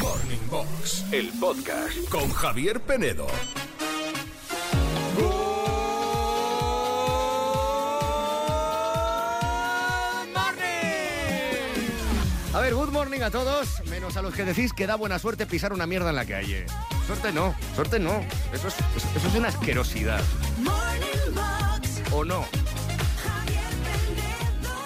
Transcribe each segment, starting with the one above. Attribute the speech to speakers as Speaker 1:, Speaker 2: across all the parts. Speaker 1: Morning Box, el podcast con Javier Penedo.
Speaker 2: A ver, good morning a todos, menos a los que decís que da buena suerte pisar una mierda en la calle. Suerte no, suerte no. Eso es, eso es una asquerosidad.
Speaker 3: Morning Box,
Speaker 2: ¿O no?
Speaker 3: Javier Penedo,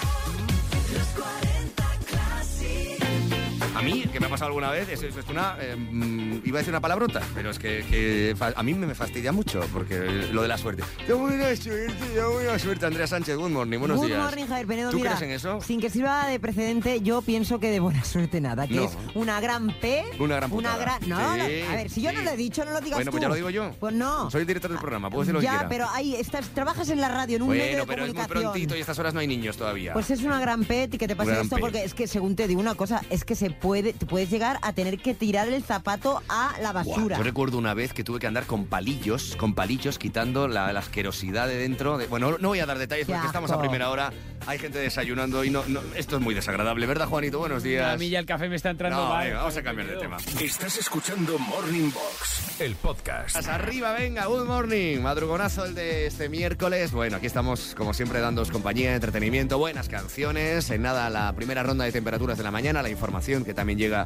Speaker 3: los 40 Classic.
Speaker 2: A mí, que me ha pasado alguna vez, es, es una. eh, mm, iba a decir una palabrota, pero es que, que fa- a mí me fastidia mucho, porque lo de la suerte. Tengo buena suerte, tengo buena suerte, Andrea Sánchez, good morning, buenos
Speaker 4: Good
Speaker 2: días.
Speaker 4: morning, Javier Penedo.
Speaker 2: ¿Tú
Speaker 4: Mira,
Speaker 2: crees en eso?
Speaker 4: Sin que sirva de precedente, yo pienso que de buena suerte nada, que
Speaker 2: No.
Speaker 4: es una gran P.
Speaker 2: Una gran putada.
Speaker 4: gran- No,
Speaker 2: Sí,
Speaker 4: a ver, si yo no
Speaker 2: sí.
Speaker 4: lo he dicho, no lo digas
Speaker 2: Bueno,
Speaker 4: tú.
Speaker 2: pues ya lo digo yo.
Speaker 4: Pues no.
Speaker 2: Soy el director del programa, puedo decir lo que
Speaker 4: ya,
Speaker 2: quiera.
Speaker 4: pero ahí estás, trabajas en la radio, en un medio
Speaker 2: bueno,
Speaker 4: de
Speaker 2: pero es muy
Speaker 4: comunicación.
Speaker 2: prontito y a estas horas no hay niños todavía.
Speaker 4: Pues es una gran P que te pase
Speaker 2: Gran
Speaker 4: esto,
Speaker 2: P.
Speaker 4: porque es que según te digo una cosa, es que se puede, te puedes llegar a tener que tirar el zapato a la
Speaker 2: Buah,
Speaker 4: basura.
Speaker 2: yo recuerdo una vez que tuve que andar con palillos, con palillos quitando la, la asquerosidad de dentro. de- bueno, no voy a dar detalles
Speaker 4: Qué
Speaker 2: porque estamos a
Speaker 4: asco.
Speaker 2: primera hora, hay gente desayunando y no, no- esto es muy desagradable, ¿verdad, Juanito? Buenos días.
Speaker 5: A mí ya eh, el café me está entrando
Speaker 2: No,
Speaker 5: mal.
Speaker 2: venga, vamos a cambiar de tema.
Speaker 1: Estás escuchando Morning Box, el podcast.
Speaker 2: Hasta Arriba, venga, good morning. Madrugonazo el de este miércoles. Bueno, aquí estamos, como siempre, dándoos compañía, entretenimiento, buenas canciones. En nada, la primera ronda de temperaturas de la mañana, la información que también llega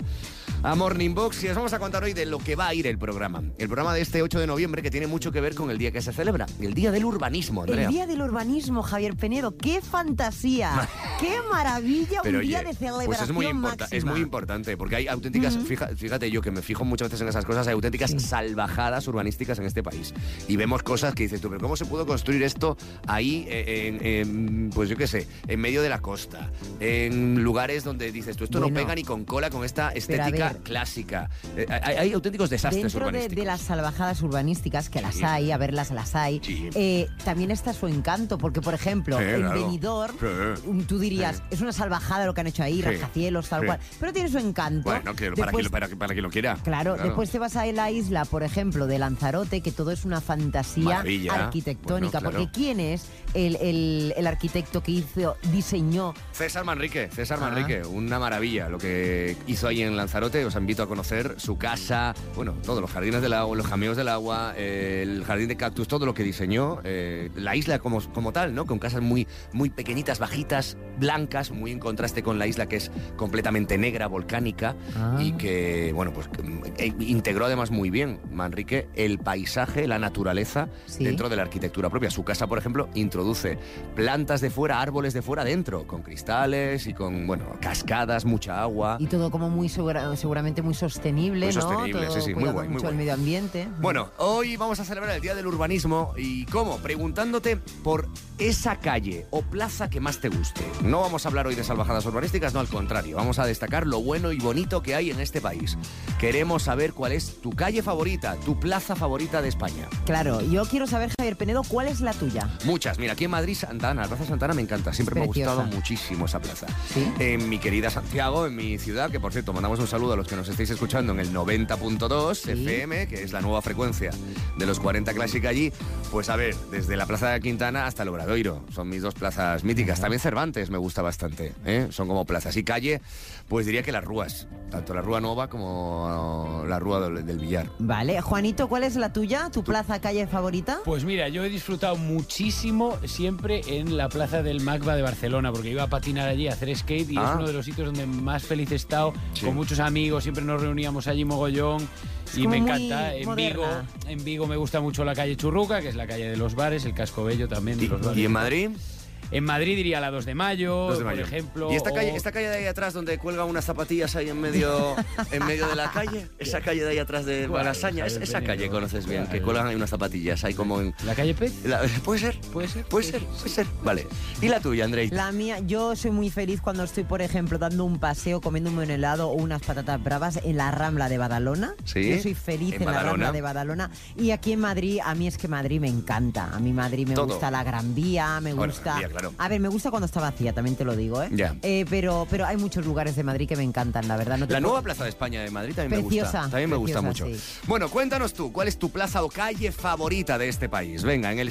Speaker 2: a Morning Box. Y os vamos a contar hoy de lo que va a ir el programa. El programa de este 8 de noviembre que tiene mucho que ver con el día que se celebra, el Día del Urbanismo, Andrea.
Speaker 4: El día del urbanismo, Javier Penedo, qué fantasía, qué maravilla, un día
Speaker 2: oye,
Speaker 4: de celebración
Speaker 2: pues es muy, importa-
Speaker 4: máxima.
Speaker 2: es muy importante, porque hay auténticas, fija- fíjate yo que me fijo muchas veces en esas cosas, hay auténticas salvajadas urbanísticas en este país. Y vemos cosas que dices tú, pero ¿cómo se pudo construir esto ahí, eh, en, en, pues yo qué sé, en medio de la costa, en lugares donde dices tú, esto no
Speaker 4: Bueno.
Speaker 2: pega ni con cola con esta
Speaker 4: Pero a
Speaker 2: estética
Speaker 4: ver.
Speaker 2: clásica? Eh, hay, hay auténticos desastres
Speaker 4: Dentro de,
Speaker 2: urbanísticos.
Speaker 4: de las salvajadas urbanísticas, que las
Speaker 2: Sí.
Speaker 4: hay, a verlas las hay,
Speaker 2: Sí.
Speaker 4: eh, también está su encanto, porque por ejemplo,
Speaker 2: Sí,
Speaker 4: en
Speaker 2: claro.
Speaker 4: Benidorm,
Speaker 2: Sí.
Speaker 4: um, tú dirías, es una salvajada lo que han hecho ahí,
Speaker 2: Sí.
Speaker 4: rascacielos, tal
Speaker 2: Sí.
Speaker 4: cual, pero tiene su encanto.
Speaker 2: Bueno, que para,
Speaker 4: Después-
Speaker 2: quien, para, para quien lo quiera.
Speaker 4: Claro, después te vas a la isla, por ejemplo, de Lanzarote, que todo es una fantasía
Speaker 2: Maravilla.
Speaker 4: arquitectónica,
Speaker 2: Bueno, claro.
Speaker 4: porque ¿quién es el, el- el arquitecto que hizo, diseñó
Speaker 2: César Manrique, César
Speaker 4: Ah.
Speaker 2: Manrique, una maravilla lo que hizo ahí en Lanzarote. Os invito a conocer su casa, bueno, todos los jardines del agua, los jameos del agua, eh, el jardín de cactus, todo lo que diseñó, eh, la isla como, como tal, ¿no? Con casas muy, muy pequeñitas, bajitas, blancas, muy en contraste con la isla que es completamente negra, volcánica
Speaker 4: Ah.
Speaker 2: y que, bueno, pues que, mm, eh, integró además muy bien Manrique el paisaje, la naturaleza
Speaker 4: Sí.
Speaker 2: dentro de la arquitectura propia. Su casa, por ejemplo, introduce plantas de fuera, árboles de fuera dentro, con cristales y con, bueno, cascadas, mucha agua.
Speaker 4: Y todo como muy segura- seguramente muy sostenible,
Speaker 2: Ah. Muy
Speaker 4: ¿no?
Speaker 2: sostenible,
Speaker 4: Todo
Speaker 2: sí, sí, muy
Speaker 4: cuidando
Speaker 2: guay, muy
Speaker 4: mucho
Speaker 2: guay.
Speaker 4: el medio ambiente.
Speaker 2: Bueno, hoy vamos a celebrar el Día del Urbanismo y ¿cómo? Preguntándote por esa calle o plaza que más te guste. No vamos a hablar hoy de salvajadas urbanísticas, no, al contrario, vamos a destacar lo bueno y bonito que hay en este país. Queremos saber cuál es tu calle favorita, tu plaza favorita de España.
Speaker 4: Claro, yo quiero saber, Javier Penedo, ¿cuál es la tuya?
Speaker 2: Muchas, mira, aquí en Madrid, Santana, la Plaza Santana me encanta, siempre me ha
Speaker 4: Preciosa.
Speaker 2: gustado muchísimo esa plaza.
Speaker 4: Sí.
Speaker 2: En mi querida Santiago, en mi ciudad, que por cierto, mandamos un saludo a los que nos estáis escuchando en el 90.2
Speaker 4: Sí.
Speaker 2: FM, que es la nueva frecuencia de los 40 Clásica allí. Pues a ver, desde la Plaza de Quintana hasta el Obradoiro, son mis dos plazas míticas. También Cervantes me gusta bastante, ¿eh? son como plazas. Y calle, pues diría que las Rúas, tanto la Rúa Nova como la Rúa del del Villar.
Speaker 4: Vale, Juanito, ¿cuál es la tuya? ¿Tu plaza, calle favorita?
Speaker 5: Pues mira, yo he disfrutado muchísimo siempre en la plaza del Magba de Barcelona, porque iba a patinar allí a hacer skate y
Speaker 2: Ah.
Speaker 5: es uno de los sitios donde más feliz he estado,
Speaker 2: Sí.
Speaker 5: con muchos amigos, siempre nos reuníamos allí mogollón
Speaker 4: Es
Speaker 5: y
Speaker 4: como
Speaker 5: me
Speaker 4: muy
Speaker 5: encanta. En Vigo,
Speaker 4: moderna.
Speaker 5: en Vigo me gusta mucho la calle Churruca, que es la calle de los bares, el casco bello también de
Speaker 2: ¿Y,
Speaker 5: los bares.
Speaker 2: y en Madrid?
Speaker 5: En Madrid diría la 2 de mayo,
Speaker 2: Dos de mayo.
Speaker 5: por ejemplo.
Speaker 2: ¿Y esta
Speaker 5: o-
Speaker 2: calle, esta calle de ahí atrás donde cuelga unas zapatillas ahí en medio, en medio de la calle? Esa calle de ahí atrás de
Speaker 5: ¿Cuál?
Speaker 2: Malasaña, es-
Speaker 5: Javier
Speaker 2: esa
Speaker 5: Penedo.
Speaker 2: calle conoces bien, que
Speaker 5: Claro.
Speaker 2: cuelgan ahí unas zapatillas, ahí como en...
Speaker 5: ¿La calle Pez?
Speaker 2: la- ¿Puede ser?
Speaker 5: ¿Puede ser?
Speaker 2: ¿Puede ser? ¿Puede ser? Vale. ¿Y la tuya, Andrei?
Speaker 4: La mía, yo soy muy feliz cuando estoy, por ejemplo, dando un paseo, comiéndome un helado o unas patatas bravas en la Rambla de Badalona.
Speaker 2: Sí,
Speaker 4: Yo soy feliz
Speaker 2: en
Speaker 4: en, la
Speaker 2: Badalona.
Speaker 4: Rambla de Badalona. Y aquí en Madrid, a mí es que Madrid me encanta. A mí Madrid me
Speaker 2: Todo.
Speaker 4: gusta la Gran Vía, me
Speaker 2: Bueno,
Speaker 4: gusta
Speaker 2: Gran Vía, claro.
Speaker 4: A ver, me gusta cuando está vacía, también te lo digo, ¿eh?
Speaker 2: Ya.
Speaker 4: Eh, pero, pero hay muchos lugares de Madrid que me encantan, la verdad. No te
Speaker 2: La
Speaker 4: puedo-
Speaker 2: nueva Plaza de España de Madrid también me gusta.
Speaker 4: Preciosa,
Speaker 2: También me gusta mucho.
Speaker 4: preciosa,
Speaker 2: Bueno, cuéntanos tú, ¿cuál es tu plaza o calle favorita de este país? Venga, en el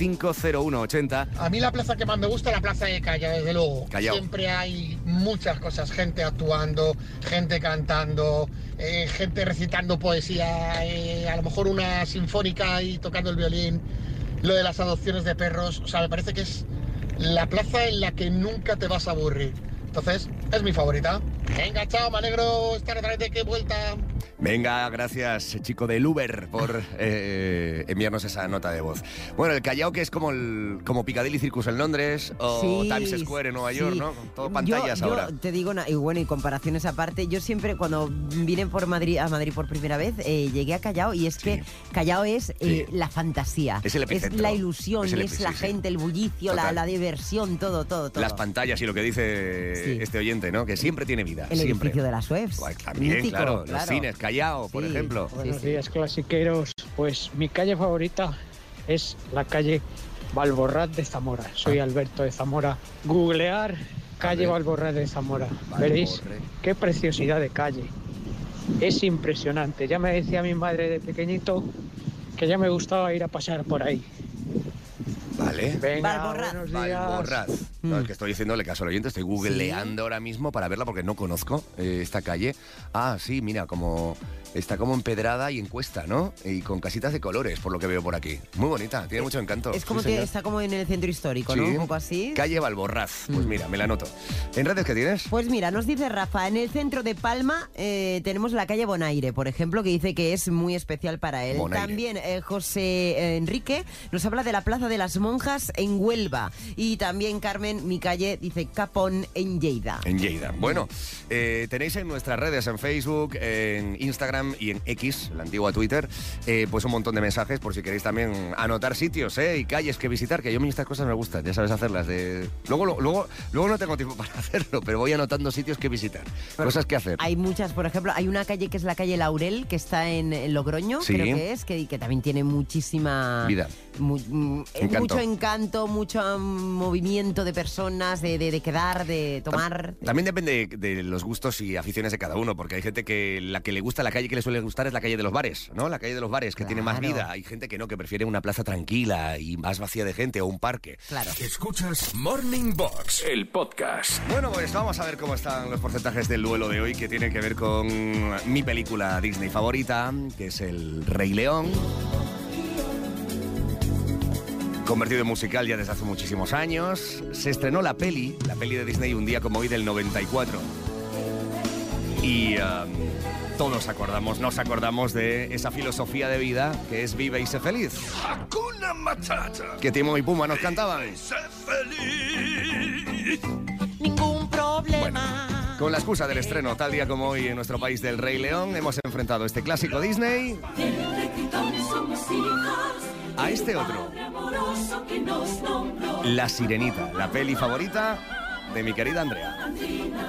Speaker 2: 616-850180.
Speaker 6: A mí la plaza que más me gusta es la plaza de Calla, desde luego.
Speaker 2: Callao.
Speaker 6: Siempre hay muchas cosas, gente actuando, gente cantando, eh, gente recitando poesía, eh, a lo mejor una sinfónica y tocando el violín, lo de las adopciones de perros, o sea, me parece que es la plaza en la que nunca te vas a aburrir. Entonces, es mi favorita. Venga, chao, me alegro estar otra vez de que vuelta.
Speaker 2: Venga, gracias, chico del Uber, por eh, enviarnos esa nota de voz. Bueno, el Callao, que es como, el, como Piccadilly Circus en Londres o
Speaker 4: Sí,
Speaker 2: Times Square en Nueva
Speaker 4: sí.
Speaker 2: York, ¿no? Con Todo
Speaker 4: Yo-
Speaker 2: pantallas
Speaker 4: yo
Speaker 2: ahora.
Speaker 4: te digo, una- y bueno, y comparaciones aparte, yo siempre cuando vine por Madrid, a Madrid por primera vez, eh, llegué a Callao y es que Callao es eh,
Speaker 2: Sí.
Speaker 4: la fantasía.
Speaker 2: Es el epicentro.
Speaker 4: la ilusión,
Speaker 2: Es
Speaker 4: es,
Speaker 2: el epi-
Speaker 4: la
Speaker 2: sí, sí.
Speaker 4: gente, el bullicio, la,
Speaker 2: Total.
Speaker 4: la diversión, todo, todo, todo.
Speaker 2: Las pantallas y lo que dice
Speaker 4: Sí.
Speaker 2: este oyente, ¿no? Que siempre tiene vida.
Speaker 4: el
Speaker 2: siempre.
Speaker 4: edificio de las webs.
Speaker 2: Guay, También,
Speaker 4: mítico,
Speaker 2: claro, Los cines, Callao, por
Speaker 4: Sí,
Speaker 2: ejemplo.
Speaker 4: sí,
Speaker 7: Buenos
Speaker 4: sí.
Speaker 7: días, clasiqueros. Pues mi calle favorita es la calle Valborrat de Zamora. Soy
Speaker 4: Ah.
Speaker 7: Alberto de Zamora. Googlear calle
Speaker 2: Alberto.
Speaker 7: Valborrat de Zamora.
Speaker 2: Valborre.
Speaker 7: Veréis qué preciosidad de calle. Es impresionante. Ya me decía mi madre de pequeñito que ya me gustaba ir a pasar por ahí.
Speaker 2: Vale.
Speaker 7: Venga,
Speaker 4: Valborrat.
Speaker 7: buenos días.
Speaker 2: Valborraz. No, es que estoy diciéndole caso al oyente, estoy googleando ahora mismo para verla porque no conozco eh, esta calle. Ah, sí, mira, como está como empedrada y en cuesta, ¿no? Y con casitas de colores, por lo que veo por aquí. Muy bonita, tiene mucho encanto.
Speaker 4: Es como
Speaker 2: Sí,
Speaker 4: que
Speaker 2: señor.
Speaker 4: está como en el centro histórico, ¿no?
Speaker 2: Sí.
Speaker 4: Un poco así.
Speaker 2: Calle Valborraz. Pues
Speaker 4: Mm.
Speaker 2: mira, me la anoto. ¿En redes qué tienes?
Speaker 4: Pues mira, nos dice Rafa, en el centro de Palma eh, tenemos la calle Bonaire, por ejemplo, que dice que es muy especial para él.
Speaker 2: Bonaire.
Speaker 4: También eh, José eh, Enrique nos habla de la Plaza de las Monjas en Huelva. Y también Carmen, mi calle, dice Capón en Lleida.
Speaker 2: En Lleida. Bueno, eh, tenéis en nuestras redes, en Facebook, en Instagram y en X, la antigua Twitter, eh, pues un montón de mensajes por si queréis también anotar sitios eh, y calles que visitar, que yo a mí estas cosas me gustan, ya sabes hacerlas. de- Luego, lo- luego, luego no tengo tiempo para hacerlo, pero voy anotando sitios que visitar, cosas que hacer.
Speaker 4: Hay muchas, por ejemplo, hay una calle que es la calle Laurel, que está en, en Logroño,
Speaker 2: Sí.
Speaker 4: creo que es, que, que también tiene muchísima...
Speaker 2: Vida.
Speaker 4: mu- mm, eh,
Speaker 2: Encanto.
Speaker 4: Mucho encanto, mucho mm, movimiento de personas, de, de- de quedar, de tomar.
Speaker 2: También depende de los gustos y aficiones de cada uno, porque hay gente que la que le gusta, la calle que le suele gustar es la calle de los bares, ¿no? La calle de los bares, que tiene más
Speaker 4: Claro.
Speaker 2: vida. Hay gente que no, que prefiere una plaza tranquila y más vacía de gente o un parque.
Speaker 4: Claro.
Speaker 1: Escuchas Morning Box, el podcast.
Speaker 2: Bueno, pues vamos a ver cómo están los porcentajes del duelo de hoy, que tiene que ver con mi película Disney favorita, que es El Rey León. Convertido en musical ya desde hace muchísimos años, se estrenó la peli, la peli de Disney un día como hoy del 94. Y um, todos acordamos, nos acordamos de esa filosofía de vida que es vive y sé feliz,
Speaker 1: Hakuna Matata.
Speaker 2: que Timo y Puma nos cantaban.
Speaker 1: Sé feliz.
Speaker 3: Ningún
Speaker 2: Bueno,
Speaker 3: problema.
Speaker 2: con la excusa del estreno, tal día como hoy en nuestro país del Rey León, hemos enfrentado este clásico Disney a este otro, La Sirenita, la peli favorita de mi querida Andrea.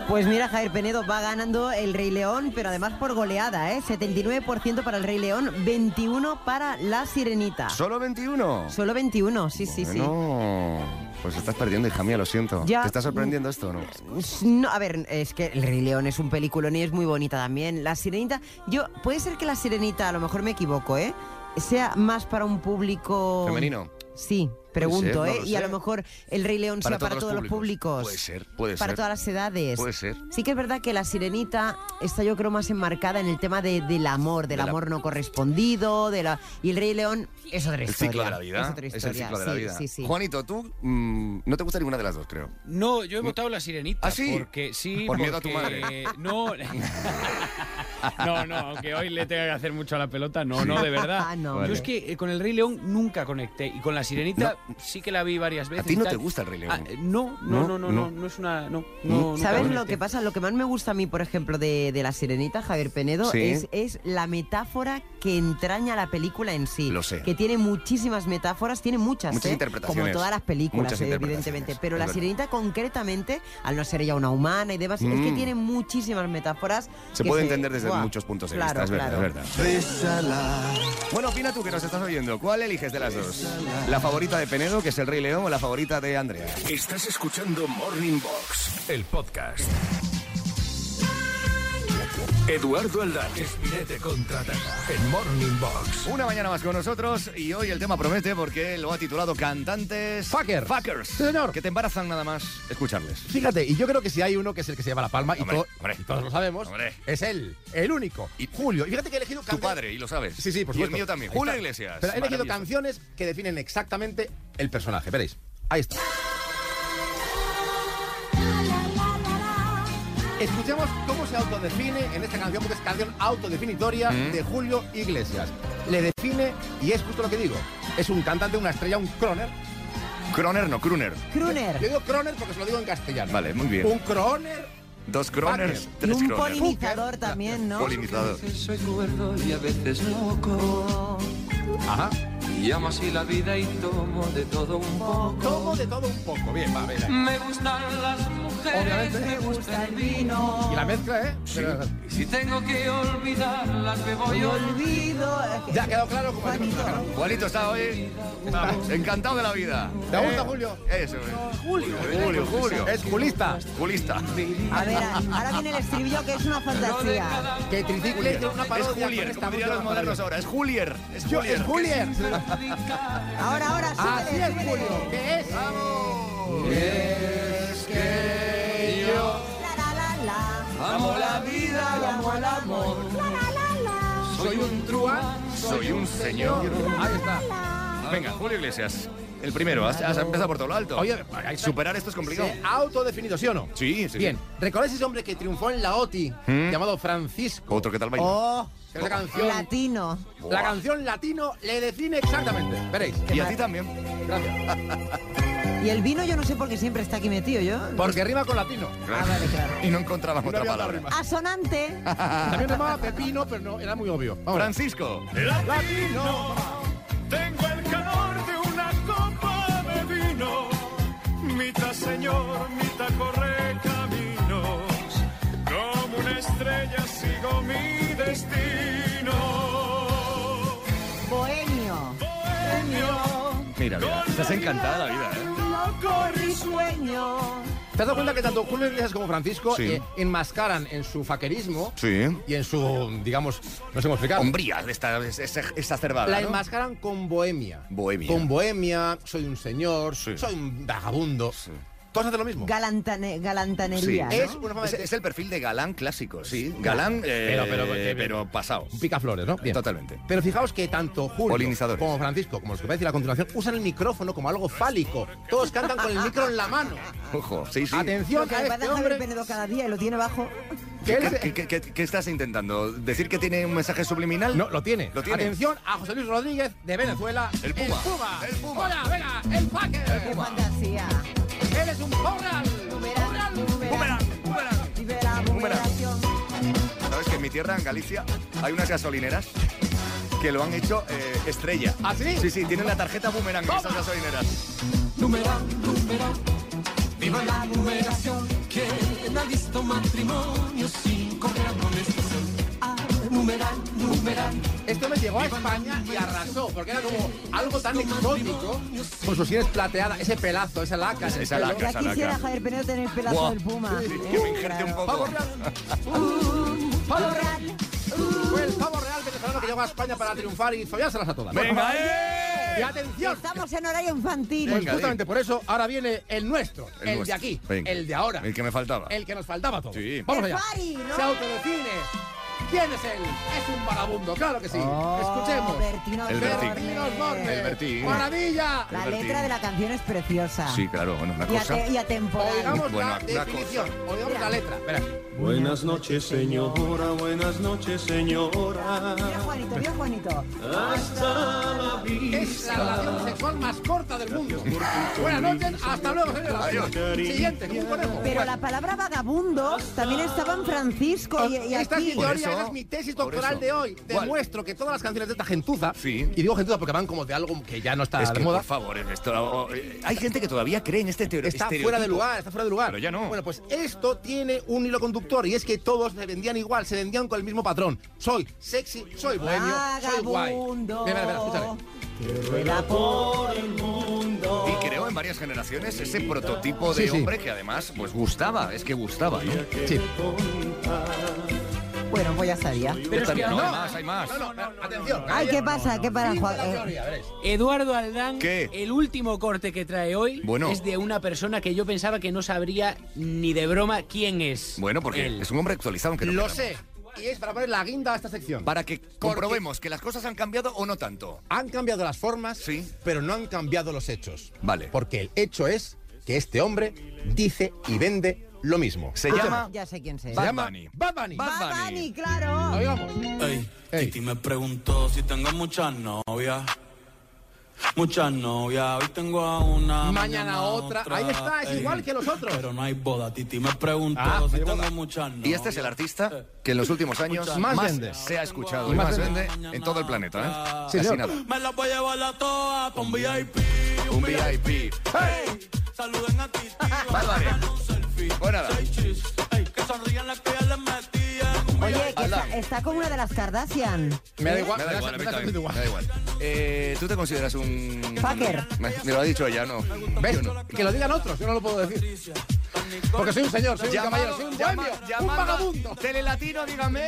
Speaker 4: Pues mira, Javier Penedo va ganando el Rey León, pero además por goleada, ¿eh? 79% para el Rey León, 21% para la Sirenita.
Speaker 2: ¿Solo 21?
Speaker 4: Solo 21, sí, sí, sí.
Speaker 2: No, pues estás perdiendo, hija mía, lo siento.
Speaker 4: Ya.
Speaker 2: ¿Te está sorprendiendo esto o no?
Speaker 4: No, a ver, es que El Rey León es un peliculón y es muy bonita también. La Sirenita, yo, puede ser que La Sirenita, a lo mejor me equivoco, ¿eh? Sea más para un público...
Speaker 2: Femenino.
Speaker 4: Sí, pregunto,
Speaker 2: Puede
Speaker 4: ¿eh?
Speaker 2: ser, no lo
Speaker 4: y a
Speaker 2: sé.
Speaker 4: lo mejor El Rey León
Speaker 2: Para
Speaker 4: sea para
Speaker 2: todos
Speaker 4: todos
Speaker 2: los
Speaker 4: los públicos.
Speaker 2: públicos. Puede ser, puede
Speaker 4: Para
Speaker 2: ser.
Speaker 4: todas las edades.
Speaker 2: Puede ser.
Speaker 4: Sí que es verdad que La Sirenita está yo creo más enmarcada en el tema de- del amor, del
Speaker 2: Del
Speaker 4: amor no correspondido, de la... y El Rey León es otra historia.
Speaker 2: El ciclo de la
Speaker 4: Es otra
Speaker 2: vida. Es,
Speaker 4: historia.
Speaker 2: el ciclo de la
Speaker 4: sí,
Speaker 2: vida.
Speaker 4: Sí, sí.
Speaker 2: Juanito, tú mm, no te gusta ninguna de las dos, creo.
Speaker 5: No, yo he votado la sirenita.
Speaker 2: ¿Ah, sí?
Speaker 5: Porque sí.
Speaker 2: Por miedo a tu
Speaker 5: porque- No. No, no, aunque hoy le tenga que hacer mucho a la pelota, no, no, de verdad.
Speaker 4: Ah, no.
Speaker 5: Yo es que eh, con el Rey León nunca conecté y con la sirenita sí que la vi varias veces.
Speaker 2: ti
Speaker 5: y
Speaker 2: no
Speaker 5: tal.
Speaker 2: te gusta el Rey León?
Speaker 5: Ah, eh, no, no,
Speaker 2: No,
Speaker 5: no, no,
Speaker 2: ¿Mm? no.
Speaker 5: no, no es una. No, no, nunca
Speaker 4: ¿Sabes lo
Speaker 5: conecté.
Speaker 4: que pasa? Lo que más me gusta a mí, por ejemplo, de, de La Sirenita, Javier Penedo,
Speaker 2: Sí.
Speaker 4: es, es la metáfora que entraña la película en sí.
Speaker 2: Lo sé.
Speaker 4: Que tiene muchísimas metáforas, tiene muchas,
Speaker 2: Muchas
Speaker 4: ¿eh?
Speaker 2: interpretaciones.
Speaker 4: Como todas las películas,
Speaker 2: Muchas
Speaker 4: eh,
Speaker 2: interpretaciones,
Speaker 4: evidentemente. Pero
Speaker 2: es
Speaker 4: La
Speaker 2: verdad.
Speaker 4: Sirenita, concretamente, al no ser ella una humana y demás, es que
Speaker 2: Mm.
Speaker 4: tiene muchísimas metáforas.
Speaker 2: Se
Speaker 4: que
Speaker 2: puede entender desde
Speaker 4: Buah,
Speaker 2: muchos puntos de
Speaker 4: claro,
Speaker 2: vista, es verdad,
Speaker 4: claro.
Speaker 2: es verdad. Bueno, opina tú que nos estás oyendo. ¿Cuál eliges de las dos? La favorita de Penedo, que es el Rey León o la favorita de Andrea.
Speaker 1: Estás escuchando Morning Box, el podcast. Eduardo Aldán, Espinete contraataca en Morning Box.
Speaker 2: Una mañana más con nosotros y hoy el tema promete porque lo ha titulado Cantantes
Speaker 8: Fuckers.
Speaker 2: Fuckers.
Speaker 8: Sí, señor.
Speaker 2: Que te embarazan nada más escucharles.
Speaker 8: Fíjate, y yo creo que si hay uno que es el que se lleva la palma, y,
Speaker 2: Hombre,
Speaker 8: to-
Speaker 2: hombre.
Speaker 8: y todos lo sabemos,
Speaker 2: Hombre.
Speaker 8: es él, el único,
Speaker 2: Y-
Speaker 8: Julio. Y fíjate que he elegido
Speaker 2: Tu
Speaker 8: canciones-
Speaker 2: padre, y lo sabes.
Speaker 8: Sí, sí, por
Speaker 2: Y el
Speaker 8: supuesto.
Speaker 2: mío también.
Speaker 8: Ahí
Speaker 2: Julio
Speaker 8: está.
Speaker 2: Iglesias.
Speaker 8: Pero he elegido
Speaker 2: Maravilloso.
Speaker 8: canciones que definen exactamente el personaje. Veréis, ahí está. Escuchamos cómo se autodefine en esta canción, porque es canción autodefinitoria
Speaker 2: Mm.
Speaker 8: de Julio Iglesias. Le define, y es justo lo que digo, es un cantante, una estrella, un croner.
Speaker 2: Croner, no, Kruner.
Speaker 8: Yo
Speaker 4: Kruner.
Speaker 8: digo croner porque se lo digo en castellano.
Speaker 2: Vale, muy bien.
Speaker 8: Un croner
Speaker 2: Dos Kroners,
Speaker 8: Fucker.
Speaker 4: Y
Speaker 2: tres
Speaker 4: un
Speaker 2: Kroners.
Speaker 4: polinizador también, ¿no?
Speaker 2: Polinizador.
Speaker 9: Soy cuerdo y a veces loco.
Speaker 8: Ajá.
Speaker 9: Y amo así la vida y tomo de todo un poco.
Speaker 8: Como de todo un poco. Bien, va, a ver. ahí.
Speaker 9: Me gustan las mujeres,
Speaker 8: Obviamente.
Speaker 9: me gusta el vino.
Speaker 8: Y la mezcla, ¿eh? Pero-
Speaker 9: Y si tengo que olvidarlas, me voy a olvidar.
Speaker 4: Olvido. eh,
Speaker 8: Ya ha quedado claro cómo es el
Speaker 4: Juanito.
Speaker 8: personaje.
Speaker 2: Juanito está hoy. Vamos, encantado de la vida.
Speaker 8: ¿Te gusta, Julio?
Speaker 2: Eso es. Julio. Julio, Julio.
Speaker 8: Es Julista.
Speaker 2: Julista.
Speaker 4: A ver, a- ahora viene el estribillo que es una fantasía.
Speaker 8: Que Tricicle hizo una
Speaker 2: Es
Speaker 8: parodia con
Speaker 2: Julier,
Speaker 8: esta
Speaker 2: como dirían los
Speaker 8: música
Speaker 2: modernos ahora. Es Julier. Es
Speaker 8: maravillosa. Yo,
Speaker 2: Julier.
Speaker 8: es Julier.
Speaker 4: Ahora, ahora,
Speaker 8: Así
Speaker 4: súbele,
Speaker 8: es,
Speaker 4: súbele.
Speaker 8: Julio. ¿Qué es?
Speaker 4: La, la, la, la.
Speaker 9: Amo la vida, amo el amor. Soy un truán.
Speaker 2: Soy un señor.
Speaker 8: Ahí está.
Speaker 2: Venga, Julio Iglesias. El primero. Has, has empezado por todo lo alto.
Speaker 8: Oye, ahí está.
Speaker 2: superar esto es complicado.
Speaker 8: Se ha autodefinido, ¿sí o no?
Speaker 2: Sí, sí, sí.
Speaker 8: Bien. ¿Recordáis ese hombre que triunfó en la OTI,
Speaker 2: ¿Mm?
Speaker 8: llamado Francisco?
Speaker 2: Otro que tal baila.
Speaker 8: Oh, esa canción.
Speaker 4: Latino.
Speaker 8: La canción latino le define exactamente. Veréis.
Speaker 2: Y a ti también.
Speaker 8: Gracias.
Speaker 4: Y el vino yo no sé por qué siempre está aquí metido yo.
Speaker 8: Porque rima con latino.
Speaker 4: Ah, vale, claro.
Speaker 2: Y no encontrábamos
Speaker 8: No
Speaker 2: otra
Speaker 8: había otra
Speaker 2: palabra.
Speaker 8: rima.
Speaker 4: Asonante.
Speaker 8: También llamaba Pepino, pero no, era muy obvio. Vamos.
Speaker 2: Francisco.
Speaker 8: Latino.
Speaker 1: Tengo el calor de una copa de vino. Mitad señor, mitad corre caminos. Como una estrella sigo mi destino.
Speaker 4: Bohemio.
Speaker 2: Mira, mira. Estás encantada de la vida, ¿eh?
Speaker 4: Loco risueño.
Speaker 8: ¿Te has dado cuenta que tanto Julio Iglesias como Francisco
Speaker 2: Sí.
Speaker 8: eh, enmascaran en su faquerismo
Speaker 2: Sí.
Speaker 8: y en su, digamos, no sé cómo explicar,
Speaker 2: Hombría de esta es- es- exacerbada.
Speaker 8: la
Speaker 2: ¿no?
Speaker 8: enmascaran con bohemia.
Speaker 2: Bohemia.
Speaker 8: Con bohemia, soy un señor,
Speaker 2: Sí.
Speaker 8: soy un vagabundo. Todos hacen lo mismo.
Speaker 4: Galantane- galantanería.
Speaker 2: Sí.
Speaker 4: ¿no?
Speaker 8: Es una forma
Speaker 2: Es,
Speaker 8: de...
Speaker 2: es el perfil de galán clásico, sí. Galán, eh,
Speaker 8: Pero-
Speaker 2: pero,
Speaker 8: pero-
Speaker 2: pasado.
Speaker 8: un picaflores, ¿no? Bien.
Speaker 2: Totalmente.
Speaker 8: Pero fijaos que tanto Julio
Speaker 2: Polinizadores.
Speaker 8: como Francisco, como los que voy a decir a continuación, usan el micrófono como algo fálico. Todos cantan con el micro en la mano.
Speaker 2: Ojo, sí, sí.
Speaker 8: Atención
Speaker 4: Lo
Speaker 8: a
Speaker 4: que va a
Speaker 8: este
Speaker 4: dejar el
Speaker 8: hombre
Speaker 4: Penedo cada día y lo tiene bajo.
Speaker 8: que él se-
Speaker 2: ¿Qué, qué- qué- qué estás intentando? ¿Decir que tiene un mensaje subliminal?
Speaker 8: No, lo tiene.
Speaker 2: Lo tiene.
Speaker 8: Atención a José Luis Rodríguez de Venezuela.
Speaker 2: El Puma.
Speaker 8: El Puma.
Speaker 2: El Puma.
Speaker 8: Hola, venga, el Packer.
Speaker 4: Qué fantasía.
Speaker 8: Eres un porral.
Speaker 4: Boomerang, boomerang, libera, boomeración.
Speaker 2: ¿Sabes que en mi tierra, en Galicia, hay unas gasolineras que lo han hecho eh, estrella?
Speaker 8: ¿Ah, sí?
Speaker 2: Sí, sí, tienen la tarjeta boomerang en esas gasolineras.
Speaker 9: Numeral, numeral. Viva la numeración. ¿Quién ha visto matrimonio sin correr amonestación? Ah, numeral, numeral.
Speaker 8: Esto me llegó a España y arrasó, porque era como algo tan exótico. Con sus sienes plateadas, ese pelazo, esa laca.
Speaker 2: Esa-
Speaker 8: ese
Speaker 2: esa
Speaker 8: pelo.
Speaker 2: laca.
Speaker 4: Ya
Speaker 2: Casalaca.
Speaker 4: quisiera Javier Penedo tener pelazo
Speaker 2: Buah.
Speaker 4: del puma. ¿eh?
Speaker 2: Sí, que
Speaker 8: Uh,
Speaker 2: me injerte un poco.
Speaker 8: Pavo real. Pavo real. Fue el pavo real venezolano que llegó a España para triunfar y follárselas a todas.
Speaker 2: ¡Venga,
Speaker 8: Y
Speaker 2: eh!
Speaker 8: atención.
Speaker 4: Estamos en horario infantil.
Speaker 8: Pues
Speaker 2: Venga,
Speaker 8: justamente por eso ahora viene el nuestro, el, de
Speaker 2: nuestro.
Speaker 8: aquí,
Speaker 2: Venga.
Speaker 8: el de ahora.
Speaker 2: El que me faltaba.
Speaker 8: El que nos faltaba todo.
Speaker 2: Sí.
Speaker 8: Vamos
Speaker 4: ¡El
Speaker 8: allá.
Speaker 4: Fari, no!
Speaker 8: Se autodefine. ¿Quién es él? Es un vagabundo, claro que sí. Escuchemos.
Speaker 4: Oh, Bertino
Speaker 2: El
Speaker 4: Osborne.
Speaker 2: Bertín.
Speaker 8: Bertín Osborne. eh,
Speaker 2: El Bertín.
Speaker 8: Maravilla.
Speaker 4: La
Speaker 2: El Bertín.
Speaker 4: letra de la canción es preciosa.
Speaker 2: Sí, claro, bueno, una
Speaker 4: Y,
Speaker 2: cosa.
Speaker 4: ate- y atemporal.
Speaker 8: Oigamos
Speaker 2: Bueno,
Speaker 8: la
Speaker 2: una
Speaker 8: definición, oigamos la letra. Espera.
Speaker 10: Buenas noches, señora, buenas noches, señora.
Speaker 4: Mira Juanito, mira Juanito.
Speaker 10: Hasta la
Speaker 8: Es la relación sexual más corta del mundo. Buenas noches, hasta luego, señora.
Speaker 2: Adiós.
Speaker 8: Siguiente, ¿cómo ponemos?
Speaker 4: Pero la palabra vagabundo también estaba en Francisco y, y
Speaker 8: Esta
Speaker 4: aquí.
Speaker 2: Por
Speaker 8: teoría
Speaker 2: eso-
Speaker 8: es mi tesis
Speaker 2: por
Speaker 8: doctoral
Speaker 2: eso.
Speaker 8: de hoy.
Speaker 2: ¿Cuál?
Speaker 8: Demuestro que todas las canciones de esta gentuza,
Speaker 2: Sí.
Speaker 8: y digo gentuza porque van como de algo que ya no está
Speaker 2: Es
Speaker 8: de
Speaker 2: que,
Speaker 8: moda,
Speaker 2: por favor, esto, eh, hay gente que todavía cree en este teoría.
Speaker 8: Está fuera de lugar, está fuera de lugar.
Speaker 2: Pero ya no.
Speaker 8: Bueno, pues esto tiene un hilo conductor y es que todos se vendían igual, se vendían con el mismo patrón. Soy sexy, soy bohemio, soy guay.
Speaker 4: Vagabundo.
Speaker 8: Mira, mira, mira, escúchale.
Speaker 4: Que rueda por el mundo.
Speaker 2: creo, en varias generaciones ese prototipo de
Speaker 8: Sí, sí.
Speaker 2: hombre que además pues gustaba, es que gustaba, ¿no?
Speaker 8: Sí.
Speaker 4: Bueno, pues ya sabía.
Speaker 2: Yo también- no,
Speaker 8: no,
Speaker 2: hay más, hay más.
Speaker 8: No, no, no, atención.
Speaker 4: Ay, ¿qué pasa? ¿Qué para
Speaker 8: Cinco de la
Speaker 4: Juan? eh,
Speaker 8: teoría, veréis.
Speaker 5: Eduardo Aldán,
Speaker 2: ¿Qué?
Speaker 5: el último corte que trae hoy
Speaker 2: Bueno.
Speaker 5: es de una persona que yo pensaba que no sabría ni de broma quién es.
Speaker 2: Bueno, porque
Speaker 5: Él.
Speaker 2: es un hombre actualizado, aunque no
Speaker 8: Lo
Speaker 2: queramos.
Speaker 8: sé. Y es para poner la guinda a esta sección.
Speaker 2: Para que comprobemos que las cosas han cambiado o no tanto.
Speaker 8: Han cambiado las formas,
Speaker 2: Sí.
Speaker 8: pero no han cambiado los hechos.
Speaker 2: Vale.
Speaker 8: Porque el hecho es que este hombre dice y vende lo mismo.
Speaker 2: Se
Speaker 4: ah,
Speaker 2: llama
Speaker 4: Ya sé quién es.
Speaker 2: Bad
Speaker 8: Se llama
Speaker 2: Bunny.
Speaker 8: Bad Bunny.
Speaker 2: Bad
Speaker 4: Bad
Speaker 2: Bunny.
Speaker 4: Bunny, claro.
Speaker 8: Oigamos.
Speaker 11: Ey,
Speaker 8: Ey.
Speaker 11: Titi me preguntó si tengo muchas novias. Muchas novias, hoy tengo a una.
Speaker 8: Mañana otra. Ahí está, es
Speaker 11: Ey,
Speaker 8: igual que los otros.
Speaker 11: Pero no hay boda, Titi me preguntó
Speaker 8: Ah, no
Speaker 11: si
Speaker 8: hay
Speaker 11: tengo
Speaker 8: boda.
Speaker 11: muchas novias.
Speaker 2: Y este es el artista que en los últimos años
Speaker 8: Eh. Más vende.
Speaker 2: se ha escuchado
Speaker 8: Y
Speaker 2: y
Speaker 8: más
Speaker 2: más
Speaker 8: vende. Ah.
Speaker 2: vende en todo el planeta. ¿eh?
Speaker 8: Sí,
Speaker 2: Casi
Speaker 8: señor.
Speaker 2: nada.
Speaker 11: Me las voy a llevar a todas pa' un VIP.
Speaker 2: Un VIP.
Speaker 11: Ey, saluden a Titi.
Speaker 2: Bárbaro.
Speaker 11: vamos a darle un selfie.
Speaker 2: Pues nada.
Speaker 11: Seis chis, ey, que sonrían las que ya les metían.
Speaker 4: Oye, que
Speaker 2: Aldán.
Speaker 4: está, está con una de las Kardashian.
Speaker 8: Me da igual.
Speaker 2: Me da igual, a mí
Speaker 8: me da
Speaker 2: también,
Speaker 8: exactamente igual.
Speaker 2: me da igual. Eh, ¿Tú te consideras un...
Speaker 4: Fucker.
Speaker 2: Me, me lo ha dicho ella, ¿no?
Speaker 8: ¿Ves?
Speaker 2: Yo no.
Speaker 8: Que lo digan otros, yo no lo puedo decir. Porque soy un señor, soy un caballero, soy un
Speaker 2: llama-
Speaker 8: bohemio, un
Speaker 2: llamando a
Speaker 8: vagabundo.
Speaker 2: Telelatino, dígame.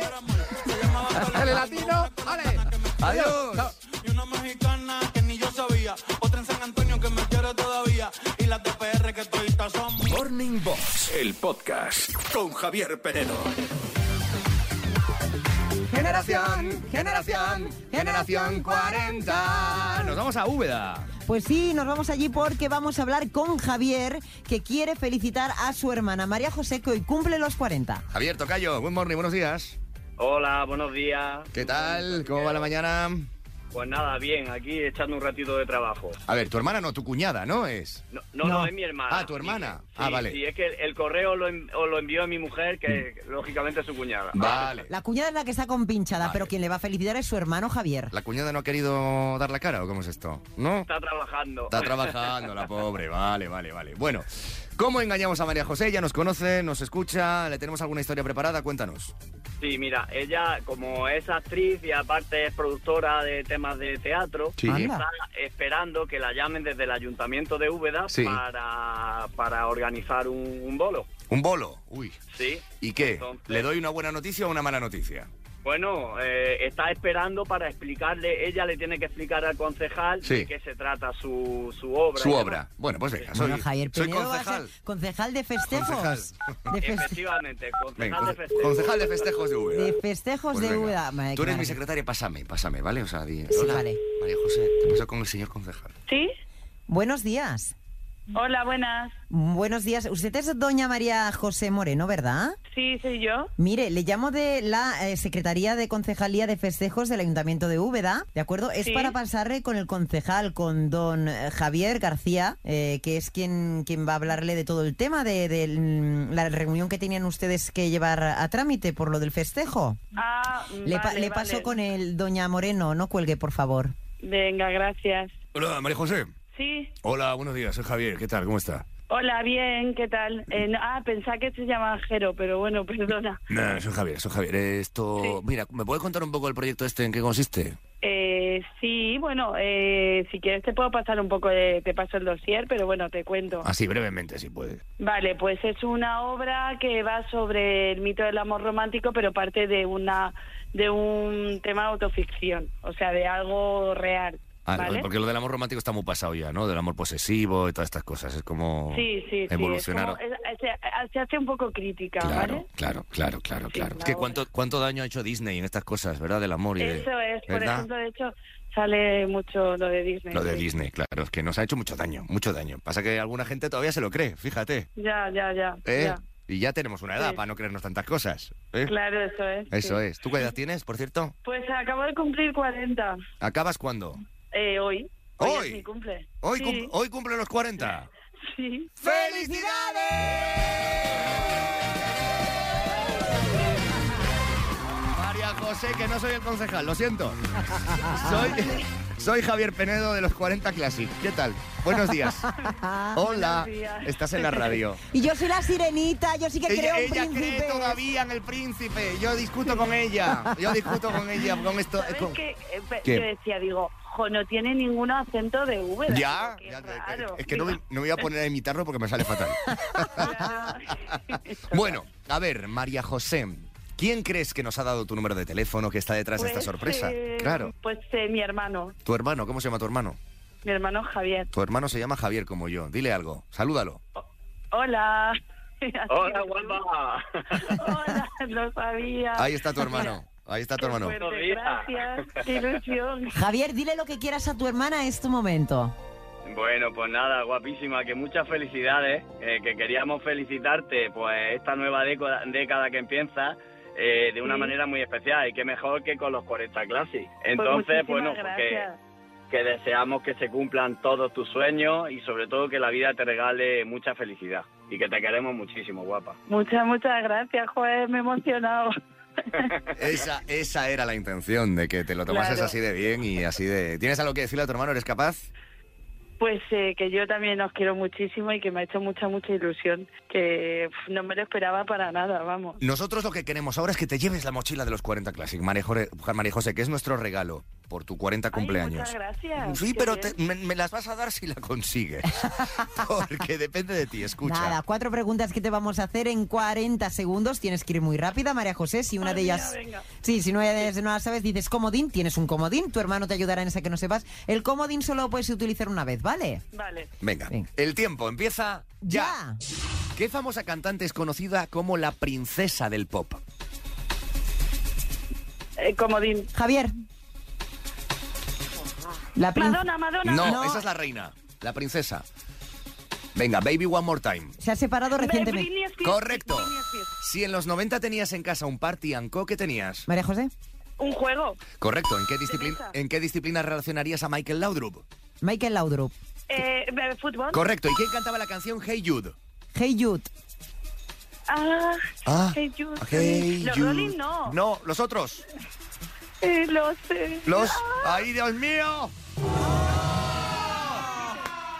Speaker 8: Dale latino, dale.
Speaker 2: Adiós.
Speaker 8: Chao.
Speaker 11: Y una mexicana que ni yo sabía. Otra en San Antonio que me quiere todavía. Y las de PR que todavía son mías.
Speaker 2: Morning Box.
Speaker 10: El podcast con Javier Penedo.
Speaker 2: Generación, generación, generación 40. Nos vamos a Úbeda.
Speaker 4: Pues sí, nos vamos allí porque vamos a hablar con Javier, que quiere felicitar a su hermana María José, que hoy cumple los 40.
Speaker 2: Javier Tocayo, buen morning, buenos días.
Speaker 12: Hola, buenos días.
Speaker 2: ¿Qué tal? ¿Cómo va la mañana?
Speaker 12: Pues nada, bien, aquí echando un ratito de trabajo.
Speaker 2: A ver, tu hermana no, tu cuñada, ¿no es?
Speaker 12: No, no, no, es mi hermana.
Speaker 2: Ah, tu hermana.
Speaker 12: Sí,
Speaker 2: Ah, vale.
Speaker 12: Sí, es que el, el correo lo, en- os lo envió a mi mujer, que lógicamente es su cuñada.
Speaker 2: Vale.
Speaker 4: La cuñada es la que está compinchada,
Speaker 2: Vale.
Speaker 4: pero quien le va a felicitar es su hermano Javier.
Speaker 2: ¿La cuñada no ha querido dar la cara o cómo es esto? ¿No?
Speaker 12: Está trabajando.
Speaker 2: Está trabajando la pobre, vale, vale, vale. Bueno, ¿cómo engañamos a María José? Ya nos conoce, nos escucha, ¿le tenemos alguna historia preparada? Cuéntanos.
Speaker 12: Sí, mira, ella como es actriz y aparte es productora de temas de teatro,
Speaker 2: Sí.
Speaker 4: Anda.
Speaker 12: está esperando que la llamen desde el ayuntamiento de Úbeda
Speaker 2: Sí.
Speaker 12: para, para organizar un, un bolo.
Speaker 2: Un bolo, uy.
Speaker 12: Sí.
Speaker 2: ¿Y qué?
Speaker 12: Entonces-
Speaker 2: ¿Le doy una buena noticia o una mala noticia?
Speaker 12: Bueno, eh, está esperando para explicarle, ella le tiene que explicar al concejal
Speaker 2: Sí.
Speaker 12: de qué se trata su, su obra.
Speaker 2: Su
Speaker 12: y demás.
Speaker 2: obra. Bueno, pues venga, soy,
Speaker 4: Bueno, Javier
Speaker 2: soy
Speaker 4: Pinedo va a ser
Speaker 2: concejal.
Speaker 4: concejal de festejos.
Speaker 2: Concejal.
Speaker 4: De, feste-
Speaker 12: Efectivamente, concejal
Speaker 2: Venga,
Speaker 12: de festejo.
Speaker 2: concejal de festejos de Úbeda.
Speaker 4: de festejos
Speaker 2: Pues
Speaker 4: de
Speaker 2: venga.
Speaker 4: Uda. Madre,
Speaker 2: Tú eres
Speaker 4: qué
Speaker 2: mi
Speaker 4: maravilla.
Speaker 2: secretaria, pásame, pásame, ¿vale? O sea, di,
Speaker 4: Sí,
Speaker 2: hola,
Speaker 4: vale.
Speaker 2: María José, te paso con el señor concejal.
Speaker 13: ¿Sí?
Speaker 4: Buenos días.
Speaker 13: Hola, buenas.
Speaker 4: Buenos días. Usted es doña María José Moreno, ¿verdad?
Speaker 13: Sí, soy yo.
Speaker 4: Mire, le llamo de la eh, Secretaría de Concejalía de Festejos del Ayuntamiento de Úbeda, ¿de acuerdo? Es
Speaker 13: Sí.
Speaker 4: para pasarle con el concejal, con don eh, Javier García, eh, que es quien, quien va a hablarle de todo el tema de, de mm, la reunión que tenían ustedes que llevar a trámite por lo del festejo.
Speaker 13: Ah,
Speaker 4: le, pa-
Speaker 13: vale,
Speaker 4: le
Speaker 13: vale.
Speaker 4: paso con el doña Moreno, no cuelgue, por favor.
Speaker 13: Venga, gracias.
Speaker 2: Hola, María José.
Speaker 13: Sí.
Speaker 2: Hola, buenos días, soy Javier, ¿qué tal? ¿Cómo está?
Speaker 13: Hola, bien, ¿qué tal? Eh, no- ah, pensaba que se llama Jero, pero bueno, perdona.
Speaker 2: Nada, soy Javier, soy Javier. Esto,
Speaker 13: Sí.
Speaker 2: mira, ¿me puedes contar un poco el proyecto este, en qué consiste?
Speaker 13: Eh, sí, bueno, eh, si quieres te puedo pasar un poco, de, te paso el dossier, pero bueno, te cuento.
Speaker 2: Así, brevemente, si puedes.
Speaker 13: Vale, pues es una obra que va sobre el mito del amor romántico, pero parte de una de un tema de autoficción, o sea, de algo real.
Speaker 2: Ah,
Speaker 13: ¿vale?
Speaker 2: porque lo del amor romántico está muy pasado ya, ¿no? Del amor posesivo y todas estas cosas, es como
Speaker 13: Sí, sí, sí.
Speaker 2: evolucionar.
Speaker 13: es como- es- se, se hace un poco crítica,
Speaker 2: Claro,
Speaker 13: ¿vale?
Speaker 2: claro, claro, claro,
Speaker 13: Sí,
Speaker 2: claro. Es
Speaker 13: la
Speaker 2: que
Speaker 13: obra.
Speaker 2: cuánto, cuánto daño ha hecho Disney en estas cosas, ¿verdad? Del amor y de...
Speaker 13: Eso es, por
Speaker 2: ¿verdad?
Speaker 13: ejemplo, de hecho, sale mucho lo de Disney.
Speaker 2: Lo de
Speaker 13: sí.
Speaker 2: Disney, claro, es que nos ha hecho mucho daño, mucho daño. Pasa que alguna gente todavía se lo cree, fíjate.
Speaker 13: Ya, ya, ya.
Speaker 2: ¿eh?
Speaker 13: ya.
Speaker 2: Y ya tenemos una edad
Speaker 13: Sí.
Speaker 2: para no creernos tantas cosas. ¿eh?
Speaker 13: Claro, eso es.
Speaker 2: Eso
Speaker 13: sí.
Speaker 2: es. ¿Tú qué edad tienes, por cierto?
Speaker 13: Pues acabo de cumplir 40
Speaker 2: ¿Acabas cuándo?
Speaker 13: eh, hoy.
Speaker 2: Hoy.
Speaker 13: es mi cumple.
Speaker 2: Hoy,
Speaker 13: sí,
Speaker 2: cum- hoy cumple los 40.
Speaker 13: sí.
Speaker 2: María José, que no soy el concejal, lo siento. Soy, soy Javier Penedo de los 40 Classic. ¿Qué tal? Buenos días. Hola.
Speaker 13: Buenos días.
Speaker 2: Estás en la radio.
Speaker 4: Y yo soy la sirenita, yo sí que creo en
Speaker 2: ella cree
Speaker 4: príncipes.
Speaker 2: todavía en el príncipe. Yo discuto con ella. Yo discuto con ella con esto.
Speaker 13: ¿Sabes
Speaker 2: con-
Speaker 13: qué? Eh, pe-
Speaker 2: ¿Qué?
Speaker 13: Yo decía, digo, ojo, no tiene ningún acento de V.
Speaker 2: Ya, ya te- es que no me, no me voy a poner a imitarlo porque me sale fatal. bueno, a ver, María José, ¿quién crees que nos ha dado tu número de teléfono que está detrás de esta sorpresa? Claro,
Speaker 13: Pues eh, mi hermano,
Speaker 2: tu hermano, ¿cómo se llama tu hermano?
Speaker 13: mi hermano Javier.
Speaker 2: Tu hermano se llama Javier como yo. Dile algo, salúdalo.
Speaker 13: Hola.
Speaker 12: Hola, guapa.
Speaker 13: Hola, lo sabía.
Speaker 2: Ahí está tu hermano. Ahí está tu hermano.
Speaker 13: Fuerte, gracias. Qué ilusión.
Speaker 4: Javier, dile lo que quieras a tu hermana, es tu momento.
Speaker 12: Bueno, pues nada, guapísima, que muchas felicidades, eh, que queríamos felicitarte, pues esta nueva década, década que empieza eh, de una
Speaker 13: Sí.
Speaker 12: manera muy especial y que mejor que con los 40 clases. Entonces,
Speaker 13: Pues muchísimas
Speaker 12: bueno, pues que,
Speaker 13: gracias.
Speaker 12: que deseamos que se cumplan todos tus sueños y sobre todo que la vida te regale mucha felicidad y que te queremos muchísimo, guapa.
Speaker 13: Muchas, muchas gracias, joder, me he emocionado.
Speaker 2: Esa, esa era la intención, de que te lo tomases
Speaker 13: Claro.
Speaker 2: así de bien y así de... ¿Tienes algo que decirle a tu hermano? ¿Eres capaz?
Speaker 13: Pues eh, que yo también os quiero muchísimo y que me ha hecho mucha, mucha ilusión, que pf, no me lo esperaba para nada, vamos.
Speaker 2: Nosotros lo que queremos ahora es que te lleves la mochila de los 40 Classic, María Jore- María José, que es nuestro regalo por tu 40 cumpleaños.
Speaker 13: Muchas gracias.
Speaker 2: Sí,
Speaker 13: qué
Speaker 2: pero
Speaker 13: bien.
Speaker 2: te- me, me las vas a dar si la consigues. Porque depende de ti, escucha.
Speaker 4: Nada, cuatro preguntas que te vamos a hacer en 40 segundos. Tienes que ir muy rápida, María José. Si una de ellas. Sí, si no, de no la sabes, dices comodín, tienes un comodín. Tu hermano te ayudará en esa que no sepas. El comodín solo lo puedes utilizar una vez, ¿vale?
Speaker 13: Vale.
Speaker 2: Venga, el tiempo empieza ya. ¿Qué famosa cantante es conocida como la princesa del pop?
Speaker 13: Eh, comodín.
Speaker 4: Javier. La prin-
Speaker 13: Madonna, Madonna.
Speaker 2: No, esa es la reina, la princesa. Venga, Baby One More Time.
Speaker 4: Se ha separado recientemente.
Speaker 2: Correcto. Si en los 90 tenías en casa un party and co, ¿qué tenías?
Speaker 4: María José.
Speaker 13: Un juego.
Speaker 2: Correcto. ¿En qué, disciplina, ¿En qué disciplina relacionarías a Michael Laudrup?
Speaker 4: Michael Laudrup.
Speaker 13: Eh, eh, fútbol.
Speaker 2: Correcto. ¿Y quién cantaba la canción Hey Jude?
Speaker 4: Hey Jude.
Speaker 13: Ah,
Speaker 2: Ah,
Speaker 13: hey you.
Speaker 2: Hey
Speaker 13: los
Speaker 2: Jude.
Speaker 13: Rolling no.
Speaker 2: No, los otros.
Speaker 13: Eh, los. eh,
Speaker 2: Los... ¡Ay, Dios mío!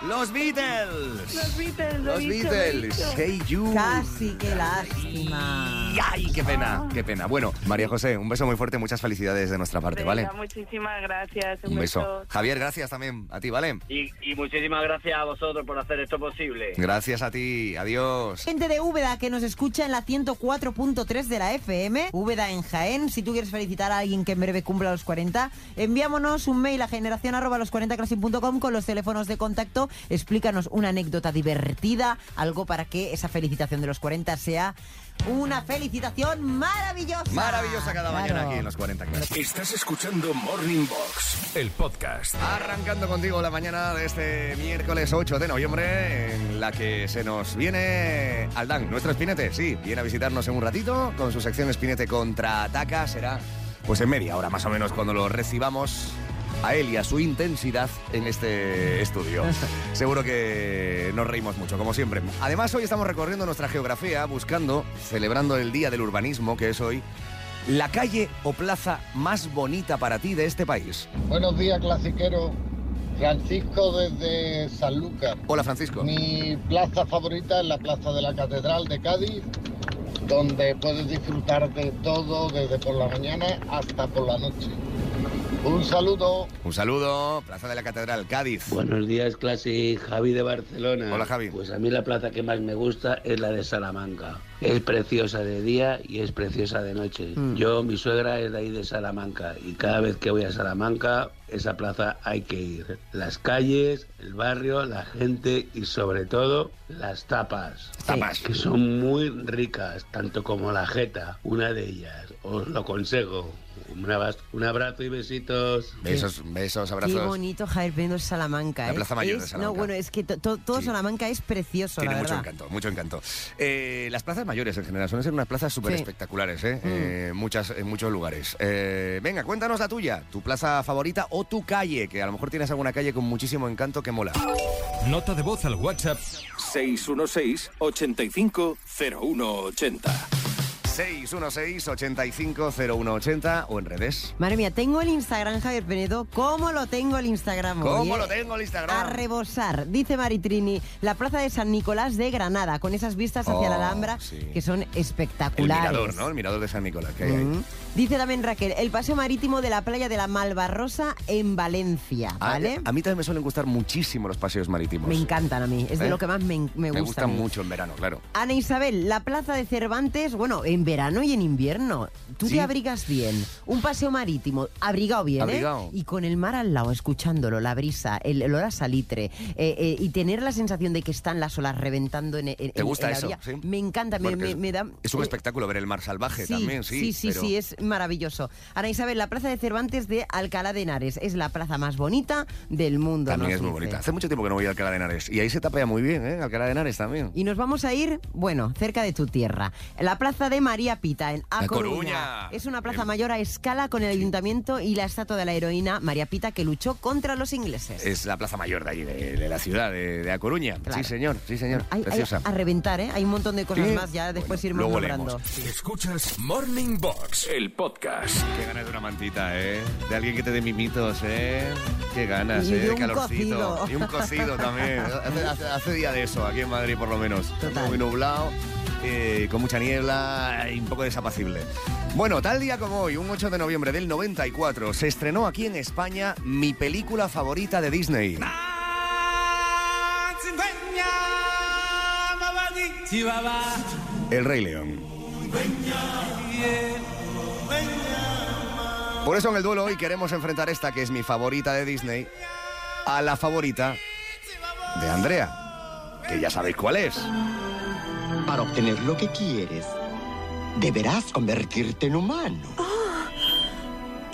Speaker 2: Los Beatles.
Speaker 13: Los Beatles.
Speaker 2: Los Beatles. Hey Jude.
Speaker 4: Casi, qué lástima.
Speaker 2: ¡Ay, qué
Speaker 13: Ah.
Speaker 2: pena! ¡Qué pena! Bueno, María José, un beso muy fuerte, muchas felicidades de nuestra parte, ¿vale?
Speaker 13: Venga, Muchísimas gracias.
Speaker 2: Un beso. Javier, gracias también a ti, ¿vale?
Speaker 12: Y, y muchísimas gracias a vosotros por hacer esto posible.
Speaker 2: Gracias a ti, adiós.
Speaker 4: Gente de Úbeda que nos escucha en la 104.3 de la FM, Úbeda en Jaén. Si tú quieres felicitar a alguien que en breve cumpla los 40, enviámonos un mail a generación arroba los 40 classic.com con los teléfonos de contacto. Explícanos una anécdota divertida, algo para que esa felicitación de los 40 sea una felicitación maravillosa.
Speaker 2: Maravillosa cada
Speaker 4: Claro.
Speaker 2: mañana aquí en los 40 Classic.
Speaker 10: Estás escuchando Morning Box, el podcast.
Speaker 2: Arrancando contigo la mañana de este miércoles 8 de noviembre, en la que se nos viene Aldán, nuestro espinete, sí, viene a visitarnos en un ratito con su sección espinete contraataca, será pues en media hora más o menos cuando lo recibamos a él y a su intensidad en este estudio. Seguro que nos reímos mucho, como siempre. Además, hoy estamos recorriendo nuestra geografía buscando, celebrando el Día del Urbanismo, que es hoy, la calle o plaza más bonita para ti de este país.
Speaker 14: Buenos días, clasiquero. Francisco desde Sanlúcar.
Speaker 2: Hola, Francisco.
Speaker 14: Mi plaza favorita es la Plaza de la Catedral de Cádiz, donde puedes disfrutar de todo desde por la mañana hasta por la noche. Un saludo.
Speaker 2: Un saludo, Plaza de la Catedral, Cádiz.
Speaker 15: Buenos días, clase Javi de Barcelona.
Speaker 2: Hola, Javi.
Speaker 15: Pues a mí la plaza que más me gusta es la de Salamanca. Es preciosa de día y es preciosa de noche.
Speaker 16: Mm.
Speaker 15: Yo, mi suegra es de ahí de Salamanca y cada vez que voy a Salamanca, esa plaza hay que ir. Las calles, el barrio, la gente y sobre todo las tapas. Tapas. Que son muy ricas, tanto como la jeta, una de ellas. Os lo aconsejo. Un abas- un abrazo y besitos.
Speaker 2: Besos, besos,
Speaker 4: Qué bonito Javier viendo Salamanca.
Speaker 2: La
Speaker 4: ¿eh?
Speaker 2: Plaza Mayor de
Speaker 4: Es- No,
Speaker 2: Salamanca.
Speaker 4: bueno, es que to- to- todo
Speaker 2: Sí.
Speaker 4: Salamanca es precioso,
Speaker 2: Tiene
Speaker 4: la
Speaker 2: mucho
Speaker 4: verdad.
Speaker 2: encanto, mucho encanto. Eh, las plazas mayores en general suelen ser unas plazas súper
Speaker 4: Sí. Mm.
Speaker 2: espectaculares, ¿eh? Eh, muchas, en muchos lugares. Eh, venga, cuéntanos la tuya, tu plaza favorita o tu calle, que a lo mejor tienes alguna calle con muchísimo encanto que mola.
Speaker 10: Nota de voz al WhatsApp 616 85 0180.
Speaker 2: 616-850180 o en redes.
Speaker 4: Madre mía, tengo el Instagram, Javier Penedo. ¿Cómo lo tengo el Instagram? hoy,
Speaker 2: ¿Cómo
Speaker 4: eh?
Speaker 2: lo tengo el
Speaker 4: A
Speaker 2: Instagram?
Speaker 4: rebosar, dice Maritrini, la plaza de San Nicolás de Granada, con esas vistas hacia
Speaker 2: Oh,
Speaker 4: la Alhambra
Speaker 2: sí.
Speaker 4: que son
Speaker 2: El
Speaker 4: espectaculares.
Speaker 2: mirador, ¿no? El mirador de San Nicolás que hay ahí.
Speaker 4: Ujú. Dice también Raquel, el paseo marítimo de la playa de la Malvarrosa en Valencia,
Speaker 2: Ah,
Speaker 4: ¿vale?
Speaker 2: A, mí también me suelen gustar muchísimo los paseos marítimos.
Speaker 4: me encantan a mí, es de
Speaker 2: ¿Eh?
Speaker 4: lo que más me, en- me gusta.
Speaker 2: Me
Speaker 4: a
Speaker 2: gustan
Speaker 4: mí.
Speaker 2: mucho en verano, claro.
Speaker 4: Ana Isabel, la plaza de Cervantes, bueno, en verano y en invierno. Tú
Speaker 2: Sí.
Speaker 4: te abrigas bien. Un paseo marítimo, abrigado bien, ¿eh?
Speaker 2: Abrigado.
Speaker 4: Y con el mar al lado, escuchándolo, la brisa, el olor a salitre, eh, eh, y tener la sensación de que están las olas reventando en, en- en-
Speaker 2: gusta
Speaker 4: en la
Speaker 2: eso,
Speaker 4: orilla.
Speaker 2: sí?
Speaker 4: Me encanta, me,
Speaker 2: Porque
Speaker 4: me-
Speaker 2: es-
Speaker 4: me da...
Speaker 2: Es un
Speaker 4: eh,
Speaker 2: espectáculo ver el mar salvaje también, sí.
Speaker 4: Sí, sí,
Speaker 2: pero-
Speaker 4: sí, es maravilloso. Ana Isabel, la Plaza de Cervantes de Alcalá de Henares es la plaza más bonita del mundo.
Speaker 2: También
Speaker 4: nos
Speaker 2: es muy
Speaker 4: dice.
Speaker 2: bonita. Hace mucho tiempo que no voy a Alcalá de Henares. Y ahí se tapea muy bien, ¿eh? Alcalá de Henares también.
Speaker 4: Y nos vamos a ir, bueno, cerca de tu tierra. La plaza de María Pita, en A
Speaker 2: La Coruña.
Speaker 4: Coruña. Es una plaza
Speaker 2: Bien.
Speaker 4: mayor a escala con el ayuntamiento y la estatua de la heroína María Pita que luchó contra los ingleses.
Speaker 2: Es la plaza mayor de allí, de, de la ciudad, de, de A Coruña.
Speaker 4: Claro.
Speaker 2: Sí, señor, sí, señor.
Speaker 4: Hay- hay
Speaker 2: Preciosa.
Speaker 4: a reventar, ¿eh? Hay un montón de cosas
Speaker 2: Sí.
Speaker 4: más, ya después iremos
Speaker 2: Luego
Speaker 4: nombrando.
Speaker 2: leemos.
Speaker 10: Escuchas Morning Box, el podcast.
Speaker 2: Qué ganas de una mantita, ¿eh? De alguien que te dé mimitos, ¿eh? Qué ganas,
Speaker 4: Y
Speaker 2: ¿eh?
Speaker 4: de un
Speaker 2: calorcito.
Speaker 4: cocido.
Speaker 2: Y un cocido también. Hace, hace- hace día de eso, aquí en Madrid por lo menos. Muy nublado, eh, con mucha niebla y un poco desapacible. Bueno, tal día como hoy, un 8 de noviembre del 94, se estrenó aquí en España mi película favorita de Disney. El Rey León. Por eso en el duelo hoy queremos enfrentar esta que es mi favorita de Disney a la favorita de Andrea, que ya sabéis cuál es.
Speaker 16: Para obtener lo que quieres, deberás convertirte en humano.
Speaker 17: Oh,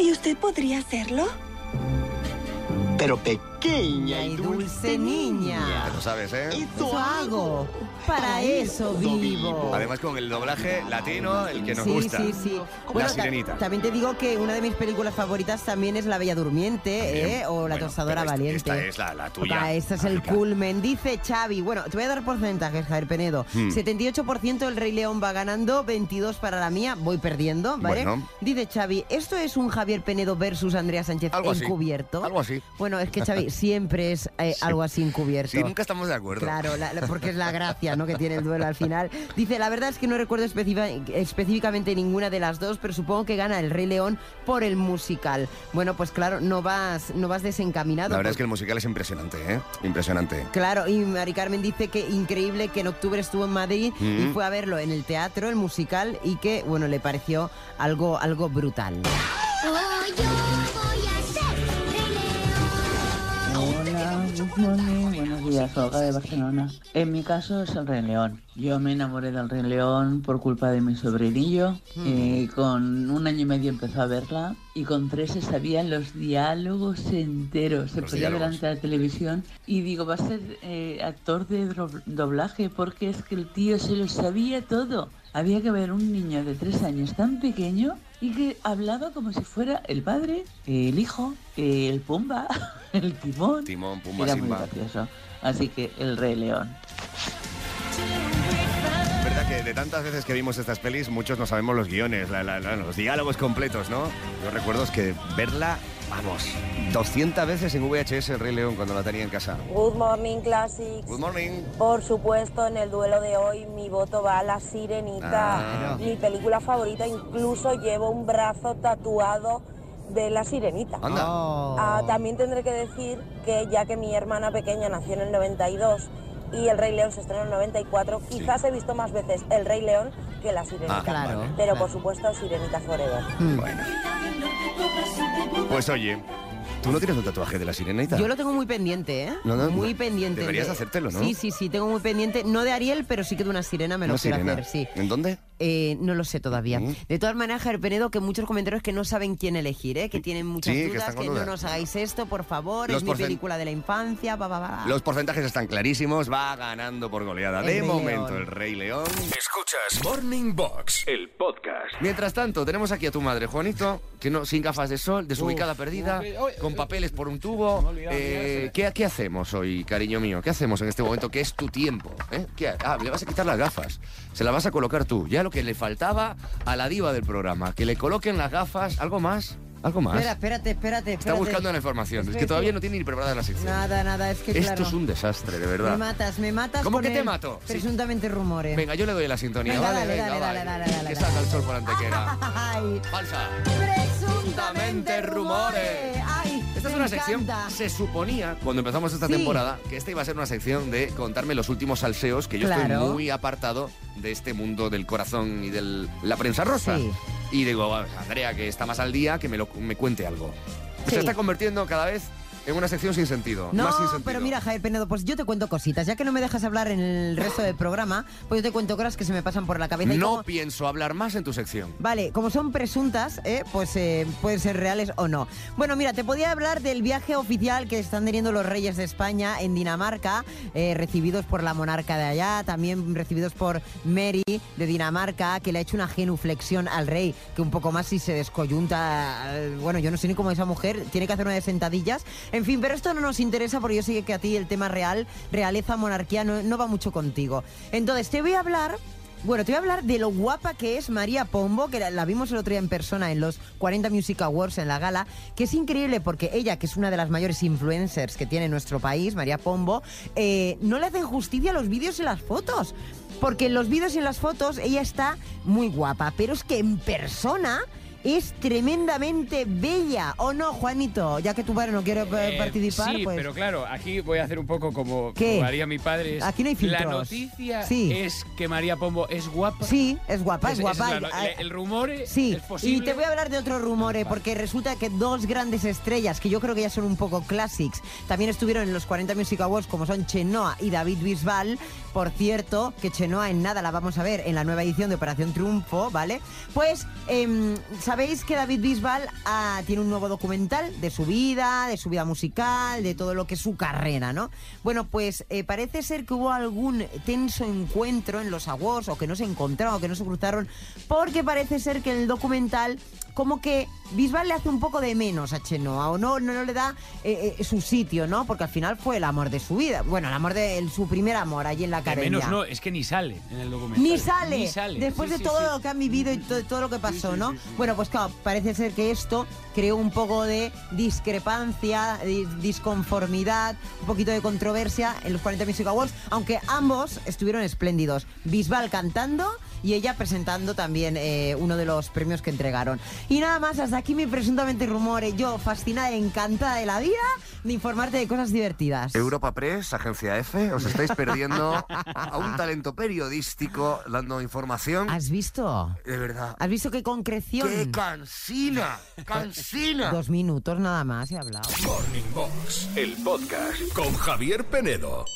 Speaker 3: ¿Y usted podría hacerlo?
Speaker 16: Pero pequeña y
Speaker 4: dulce niña.
Speaker 2: Ya lo sabes, ¿eh?
Speaker 4: Eso hago, para eso vivo.
Speaker 2: Además con el doblaje latino, el que nos
Speaker 4: sí,
Speaker 2: gusta.
Speaker 4: Sí, sí,
Speaker 2: La
Speaker 4: ta-
Speaker 2: sirenita.
Speaker 4: También te digo que una de mis películas favoritas también es La Bella Durmiente, ¿eh? O La Tostadora Valiente.
Speaker 2: Esta es la, la tuya.
Speaker 4: Papá, este es el culmen, dice Xavi. Bueno, te voy a dar porcentajes, Javier Penedo.
Speaker 2: Hmm.
Speaker 4: 78% el Rey León va ganando, 22 para la mía, voy perdiendo, ¿vale?
Speaker 2: Bueno.
Speaker 4: Dice Xavi, ¿esto es un Javier Penedo versus Andrea Sánchez
Speaker 2: Algo así,
Speaker 4: encubierto?
Speaker 2: algo así.
Speaker 4: Bueno, es que Xavi siempre es eh, algo así encubierto.
Speaker 2: Sí, nunca estamos de acuerdo.
Speaker 4: Claro, la- la- porque es la gracia ¿no? que tiene el duelo al final. Dice, la verdad es que no recuerdo especifa- específicamente ninguna de las dos, pero supongo que gana el Rey León por el musical. Bueno, pues claro, no vas, no vas desencaminado.
Speaker 2: La verdad es
Speaker 4: porque-
Speaker 2: que el musical es impresionante, ¿eh? Impresionante.
Speaker 4: Claro, y Mari Carmen dice que increíble que en octubre estuvo en Madrid
Speaker 2: Mm.
Speaker 4: y fue a verlo en el teatro, el musical, y que, bueno, le pareció algo, algo brutal.
Speaker 18: Hola, buenos días, Olga de Barcelona. En mi caso es el Rey León. Yo me enamoré del Rey León por culpa de mi sobrinillo.
Speaker 4: Mm,
Speaker 18: y con un año y medio empezó a verla y con tres se sabían los diálogos enteros. Se
Speaker 19: Los
Speaker 18: ponía
Speaker 19: diálogos.
Speaker 18: delante de la televisión y digo, va a ser eh, actor de dro- doblaje porque es que el tío se lo sabía todo. Había que ver un niño de tres años tan pequeño y que hablaba como si fuera el padre, el hijo, el Pumba, el Timón.
Speaker 2: Timón, Pumba,
Speaker 18: Era
Speaker 2: Simba.
Speaker 18: muy gracioso. Así que el Rey León.
Speaker 2: verdad que de tantas veces que vimos estas pelis, muchos no sabemos los guiones, la- la- la- los diálogos completos, ¿no? Yo recuerdo es que verla, vamos, 200 veces en VHS el Rey León cuando la tenía en casa.
Speaker 17: Good morning, Classics.
Speaker 2: Good morning.
Speaker 17: Por supuesto, en el duelo de hoy mi voto va a La Sirenita,
Speaker 4: Ah,
Speaker 2: Claro.
Speaker 17: mi película favorita. Incluso llevo un brazo tatuado de La Sirenita.
Speaker 2: Anda. Oh.
Speaker 17: Ah, también tendré que decir que ya que mi hermana pequeña nació en el 92 y El Rey León se estrenó en el 94, quizás he visto más veces El Rey León que La Sirenita.
Speaker 2: Ah, claro,
Speaker 17: Pero
Speaker 2: claro.
Speaker 17: por supuesto, Sirenita Forever.
Speaker 2: Pues oye, ¿tú no tienes un tatuaje de la sirenita?
Speaker 4: Yo lo tengo muy pendiente, ¿eh?
Speaker 2: No, no,
Speaker 4: muy
Speaker 2: no.
Speaker 4: pendiente.
Speaker 2: Deberías
Speaker 4: De-
Speaker 2: hacértelo, ¿no?
Speaker 4: Sí, sí, sí, tengo muy pendiente. No de Ariel, pero sí que de una sirena me lo
Speaker 2: Una
Speaker 4: quiero
Speaker 2: sirena. Mm.
Speaker 4: hacer, sí.
Speaker 2: ¿En dónde?
Speaker 4: Eh, no lo sé todavía. De todas maneras, Javier Penedo, que muchos comentarios que no saben quién elegir, ¿eh? que tienen muchas
Speaker 2: Sí, que
Speaker 4: dudas,
Speaker 2: están
Speaker 4: que,
Speaker 2: con
Speaker 4: no
Speaker 2: dudas.
Speaker 4: nos hagáis esto, por favor,
Speaker 2: Los
Speaker 4: es mi
Speaker 2: porcent-
Speaker 4: película de la infancia, va, va, va.
Speaker 2: Los porcentajes están clarísimos, va ganando por goleada.
Speaker 4: El
Speaker 2: de
Speaker 4: Rey
Speaker 2: momento
Speaker 4: León.
Speaker 2: el Rey León.
Speaker 10: Escuchas Morning Box, el podcast.
Speaker 2: Mientras tanto, tenemos aquí a tu madre, Juanito, que no, sin gafas de sol, desubicada,
Speaker 10: Uf,
Speaker 2: perdida,
Speaker 10: uf, eh, oye,
Speaker 2: con con papeles por un tubo. Eh, ¿qué, qué hacemos hoy, cariño mío? ¿Qué hacemos en este momento que es tu tiempo? ¿eh? ¿Qué ha- ah, le vas a quitar las gafas. Se las vas a colocar tú. Ya lo que le faltaba a la diva del programa. Que le coloquen las gafas. ¿Algo más? ¿Algo más?
Speaker 4: Espera, espérate, espérate, espérate.
Speaker 2: Está buscando la información. Es que
Speaker 4: Espérate.
Speaker 2: todavía no tiene ni preparada la sección.
Speaker 4: Nada, nada, es que
Speaker 2: Esto
Speaker 4: claro.
Speaker 2: es un desastre, de
Speaker 4: Me
Speaker 2: verdad.
Speaker 4: matas, me matas.
Speaker 2: ¿Cómo
Speaker 4: con
Speaker 2: que te
Speaker 4: el
Speaker 2: mato? Sí.
Speaker 4: Presuntamente rumores.
Speaker 2: Venga, yo le doy la sintonía.
Speaker 4: Venga,
Speaker 2: vale,
Speaker 4: dale,
Speaker 2: venga,
Speaker 4: dale,
Speaker 2: vale.
Speaker 4: dale, dale, dale,
Speaker 2: que
Speaker 4: dale.
Speaker 2: salga el sol por antequera.
Speaker 4: Ay.
Speaker 2: Falsa.
Speaker 4: Presuntamente rumores. Ay,
Speaker 2: Esta es
Speaker 4: me
Speaker 2: una sección,
Speaker 4: encanta.
Speaker 2: se suponía, cuando empezamos esta
Speaker 4: Sí.
Speaker 2: temporada, que esta iba a ser una sección de contarme los últimos salseos, que yo estoy
Speaker 4: Claro.
Speaker 2: muy apartado de este mundo del corazón y de la prensa rosa.
Speaker 4: Sí.
Speaker 2: Y digo, "Ah, Andrea, que está más al día, que me, lo, me cuente algo. Se está convirtiendo cada vez en una sección sin sentido.
Speaker 4: No,
Speaker 2: más sin sentido.
Speaker 4: pero mira, Javier Penedo, pues yo te cuento cositas. Ya que no me dejas hablar en el resto del programa, pues yo te cuento cosas que se me pasan por la cabeza. y
Speaker 2: no
Speaker 4: como-
Speaker 2: pienso hablar más en tu sección.
Speaker 4: Vale, como son presuntas, ¿eh? pues eh, pueden ser reales o no. Bueno, mira, te podía hablar del viaje oficial que están teniendo los reyes de España en Dinamarca, eh, recibidos por la monarca de allá, también recibidos por Mary de Dinamarca, que le ha hecho una genuflexión al rey, que un poco más si se descoyunta, eh, bueno, yo no sé ni cómo esa mujer tiene que hacer una de sentadillas. En fin, pero esto no nos interesa porque yo sé que a ti el tema real, realeza, monarquía, no, no va mucho contigo. Entonces, te voy a hablar bueno, te voy a hablar de lo guapa que es María Pombo, que la, la vimos el otro día en persona en los 40 Music Awards en la gala, que es increíble porque ella, que es una de las mayores influencers que tiene nuestro país, María Pombo, eh, no le hacen justicia a los vídeos y las fotos. Porque en los vídeos y en las fotos ella está muy guapa, pero es que en persona es tremendamente bella. ¿O no, Juanito? Ya que tu padre no quiere eh,
Speaker 5: Eh,
Speaker 4: participar,
Speaker 5: sí,
Speaker 4: pues...
Speaker 5: pero claro, aquí voy a hacer un poco como,
Speaker 4: ¿Qué?
Speaker 5: como haría mi padre. es-
Speaker 4: Aquí no hay
Speaker 5: La
Speaker 4: filtros.
Speaker 5: noticia
Speaker 4: Sí.
Speaker 5: es que María Pombo es guapa.
Speaker 4: Sí, es guapa, es,
Speaker 5: Esa- esa
Speaker 4: guapa.
Speaker 5: es la-
Speaker 4: Ay,
Speaker 5: el rumor
Speaker 4: Sí,
Speaker 5: es posible.
Speaker 4: y te voy a hablar de otro rumor, eh, porque resulta que dos grandes estrellas, que yo creo que ya son un poco classics, también estuvieron en los 40 Music Awards, como son Chenoa y David Bisbal. Por cierto, que Chenoa en nada la vamos a ver en la nueva edición de Operación Triunfo, ¿vale? Pues, em, sabéis que David Bisbal ah, tiene un nuevo documental de su vida, de su vida musical, de todo lo que es su carrera, ¿no? Bueno, pues eh, parece ser que hubo algún tenso encuentro en los awards, o que no se encontraron, o que no se cruzaron, porque parece ser que en el documental como que Bisbal le hace un poco de menos a Chenoa, o no, no, no le da eh, eh, su sitio, ¿no? Porque al final fue el amor de su vida, bueno, el amor de el- su primer amor allí en la
Speaker 5: De
Speaker 4: academia.
Speaker 5: menos no, es que ni sale en el documental.
Speaker 4: Ni sale,
Speaker 5: Ni sale.
Speaker 4: después
Speaker 5: Sí,
Speaker 4: de
Speaker 5: sí,
Speaker 4: todo
Speaker 5: sí.
Speaker 4: lo que han vivido y to- todo lo que pasó, ¿no? Bueno, pues claro, parece ser que esto creó un poco de discrepancia, di- disconformidad, un poquito de controversia en los 40 Music Awards, aunque ambos estuvieron espléndidos. Bisbal cantando y ella presentando también eh, uno de los premios que entregaron. Y nada más, hasta aquí mi presuntamente rumores. Yo, fascinada, encantada de la vida, de informarte de cosas divertidas.
Speaker 2: Europa Press, Agencia F, os estáis perdiendo a un talento periodístico dando información.
Speaker 4: ¿Has visto?
Speaker 2: De verdad.
Speaker 4: ¿Has visto qué concreción?
Speaker 2: Eh, ¡Qué cansina! ¡Cansina!
Speaker 4: Dos minutos nada más y hablado.
Speaker 10: Morning Box, el podcast con Javier Penedo.